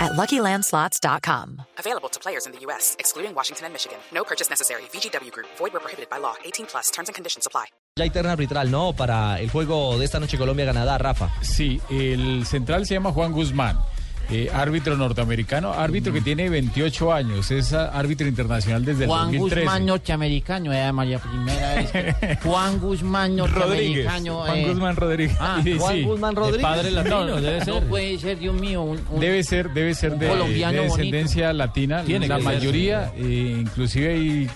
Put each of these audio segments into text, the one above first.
at luckylandslots.com. Available to players in the U.S., excluding Washington and Michigan. No purchase necessary. VGW Group, void were prohibited by law. 18 plus terms and conditions apply. Ya hay terna arbitral, ¿no? Para el juego de esta noche Colombia-Canadá, Rafa. Sí, el central se llama Juan Guzmán. eh, árbitro norteamericano, árbitro que tiene 28 años, es ah, árbitro internacional desde Juan el 2013. Guzmán norteamericano, era María Primera vez. que- Juan Guzmán Rodríguez. norteamericano. Juan eh, Guzmán Rodríguez. ah, Sí, Juan sí. Guzmán Rodríguez. padre latino, debe No ser. puede ser, Dios mío, un, un- Debe ser, debe ser de, colombiano de bonito. descendencia latina, Tiene la que ser, mayoría, eh, inclusive hay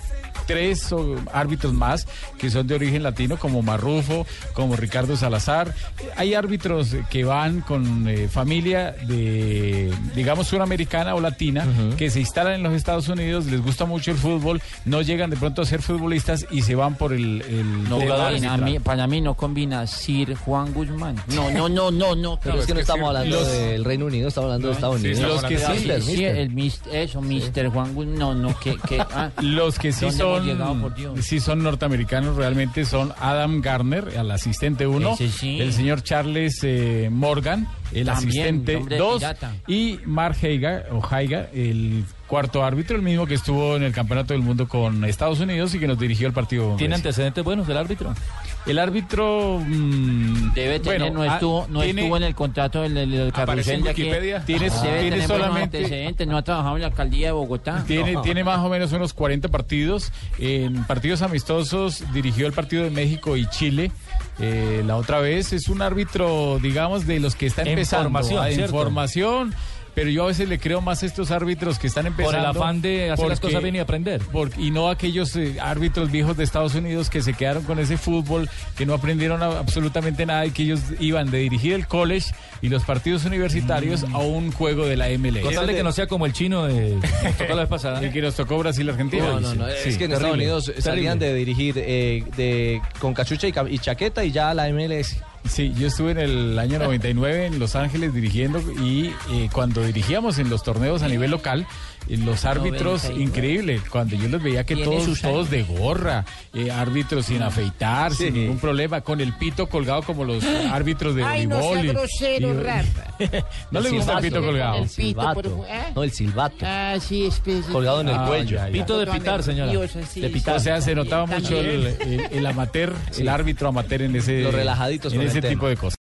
tres o- árbitros más que son de origen latino, como Marrufo, como Ricardo Salazar. Hay árbitros que van con eh, familia de, digamos, suramericana o latina, que se instalan en los Estados Unidos, les gusta mucho el fútbol, no llegan de pronto a ser futbolistas y se van por el... el no, tema para, arbitral. mí, para mí no combina Sir Juan Guzmán. No, no, no, no, no. Pero es que no estamos hablando del Reino Unido, estamos hablando de Estados Unidos. estamos hablando de Mister, Sí, sí, mister. el mis- eso, Mr. Juan Guzmán. No, no, que. que ah, Los que sí ¿Dónde hemos son, llegado, por Dios? sí son norteamericanos realmente son Adam Garner, el asistente 1, Ese sí. el señor Charles eh, Morgan, el También, asistente nombre de 2, pirata. y Mark Heiga, o Heiga, el cuarto árbitro, el mismo que estuvo en el Campeonato del Mundo con Estados Unidos y que nos dirigió el partido. con ¿Tiene Pues Brasil. antecedentes buenos el árbitro? El árbitro... mm, Debe tener, bueno, no, ah, estuvo, no tiene- estuvo en el contrato del, del- del carrusel de aquí. Tiene, Ah, debe tiene tener buenos solamente... antecedentes, no ha trabajado en la alcaldía de Bogotá. Tiene, tiene más o menos unos 40 partidos. En partidos amistosos dirigió el partido de México y Chile. Eh, la otra vez es un árbitro, digamos, de los que está En empezando. formación, ah, en ¿cierto? formación, Pero yo a veces le creo más a estos árbitros que están empezando. afán de hacer las porque- cosas bien y aprender. por- y no aquellos eh, árbitros viejos de Estados Unidos que se quedaron con ese fútbol, que no aprendieron a- absolutamente nada y que ellos iban de dirigir el college y los partidos universitarios a un juego de la MLE. Mm. Con tal de que no sea como el chino de nos tocó la vez pasada. El que nos tocó Brasil-Argentina. No, no, no. Sí. es que en Estados terrible, Unidos terrible. salían de dirigir eh, de, con cachucha y, ca- y chaqueta y ya la MLS. Sí, yo estuve en el año 99 en Los Ángeles dirigiendo y eh, cuando dirigíamos en los torneos a nivel local, eh, los árbitros, 99. increíble, cuando yo los veía que Tiene todos, sus todos de gorra, eh, árbitros Ah. sin afeitar, sin ningún problema, con el pito colgado como los árbitros de Ay, no sea voleibol. y- grosero, y- Rafa. no le El gusta silbato. el pito colgado. El pito, Silbato. por favor, ¿eh? No, el silbato. Ah, sí, especie. Colgado en el Ah, cuello. ya, ya. Pito de pitar, señora. De pitar. O sea, se notaba mucho el, el- el amateur, el árbitro amateur en ese, Los relajaditos en con el ese tema. tipo de cosas.